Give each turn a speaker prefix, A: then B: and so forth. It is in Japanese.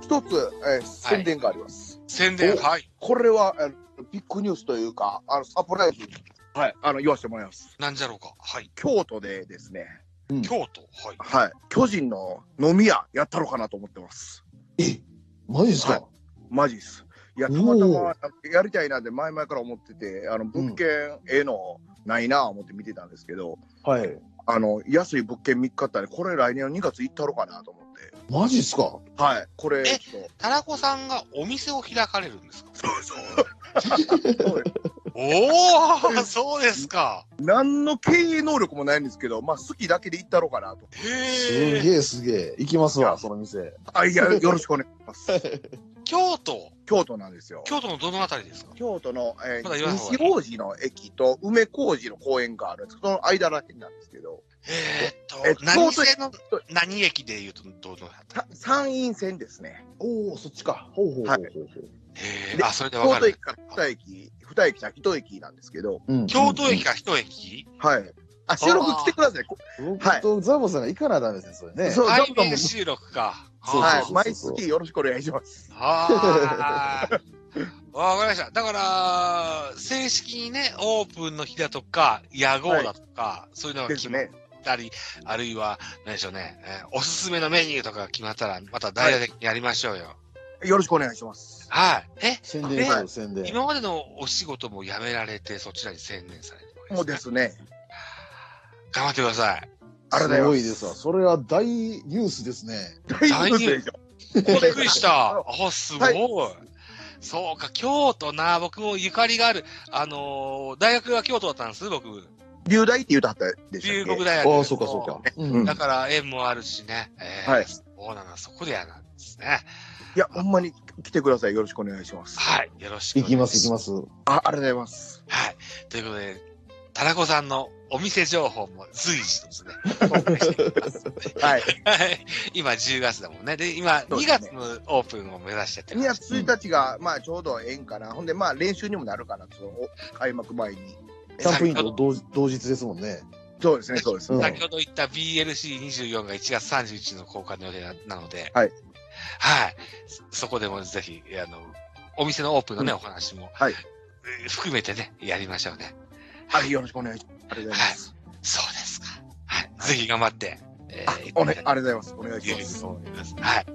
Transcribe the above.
A: 一つ、えー宣伝があります。
B: 宣伝、
A: お
B: はい。
A: これは、あのビッグニュースというか、あのサプライズに、はい、あの言わせてもらいます。
B: なんじゃろうか。はい。
A: 京都でですね、
B: 京都。はい。
A: はい、巨人の飲み屋やったろかなと思ってます。
C: え、マジです
A: はい
C: か
A: マジっす。いや、たまたまやりたいなって前々から思ってて、あの物件、ええのないなぁ思って見てたんですけど、
C: はい。
A: あの安い物件見っかったんで、これ来年の2月行ったろかなと思って。
C: マジですか
A: はい、これ、
B: え
A: ちょっと
B: タラコさんがお店を開かれるんですか
A: そうそう。そうです
B: おお、そうですか。
A: 何の経営能力もないんですけど、まあ好きだけで行ったろかなと。
C: す
B: へえ。
C: げえすげえ。行きますわ、その店。
A: あ、 いや、よろしくお願いします。
B: 京都。
A: 京都なんですよ。
B: 京都のどのあたりですか
A: 京都の、え
B: まだ言わ
A: ー、
B: ん方がい
A: 西
B: い
A: 王子の駅と梅小路の公園があるんですその間らへんなんですけど、
B: えーっと、
A: えっと
B: 何線の何駅で言うとどの辺
A: さ山陰線ですね。
C: おお、そっちか。ほうほうほうほうほう。
B: へえ
A: で
B: あ、それでわ
A: 京
B: か
A: 都
B: る
A: 駅。から2駅、2駅から1駅なんですけど、
C: うん
B: 京都駅。から一駅
A: はい。あ、収録来てください。こ
C: うん僕とザボさんが行かなダメですね、それね。
A: そう
B: 対
A: ザボさんも
B: 面収録か。
C: そう
A: は
B: はいい。
C: そう
A: 毎月よろしくお願いします。
B: あーわかりました。だから、正式にね、オープンの日だとか、野号だとか、そういうのが
A: で
B: 決
A: す
B: まっ
A: ね。
B: たり、あるいは、何でしょうね、えーおすすめのメニューとかが決まったら、また大々的にやりましょうよ。
A: よろしくお願いします。
B: はい。え、
C: 宣伝し
A: は
C: よう、宣伝。
B: 今までのお仕事も辞められて、そちらに専念されてるわけ
A: もうですね。
B: 頑張ってくだ
A: あ
B: さい。
A: りがとうご
C: すご
A: ざい
C: いですわ。それは大ニュースですね。
A: ます。大ニュースでしょ。
B: びっくりした。あ、すごい。そうか、京都な、僕もゆかりがある。あのー大学が京都だったんです、僕。
A: 流大って言うとあったでし
B: 龍
A: たっ
B: 谷
A: け
B: 大学。
C: ああ、そうかそうか。うん
B: だから縁もあるしね。えー
A: はい
B: そうなんだ、そこでやなんですね。
A: いや、ほんまに来てください。よろしくお願いします。
B: はい。よろしくお
C: 行
B: 願い
C: き
B: し
C: ます、行
B: ま
C: き ます。
A: あありがとうございます。
B: す。はい。ということで、タラコさんのお店情報も随時ですね。 お送りしていきます
A: はい。
B: はい今10月だもんね。で、今
A: そうです
B: 2月
A: ね
B: のオープンを目指してって
A: 2
B: 感じ
A: 月1日が、まあ、ちょうどええんかな。ほんで、まあ、練習にもなるかな。そのお開幕前に。
C: キャンプインと同同日ですもんね。
A: そうですね、そうです
C: うん
A: ね。
B: 先ほど言った BLC24 が1月31日の公開の予定ななので、
A: はい。
B: はい。そそこでもぜひ、あの、お店のオープンのね、
A: うん
B: お話も、
A: はい
B: えー含めてね、やりましょうね。
A: はい、よろしくお願いします。ありがとうございます。
B: そうですか。はい。ぜひ頑張って、え
A: あ
B: ー
A: おね、ありがとうございます。お願いし
B: い
A: ま
B: い
A: す
B: と。思います。はい。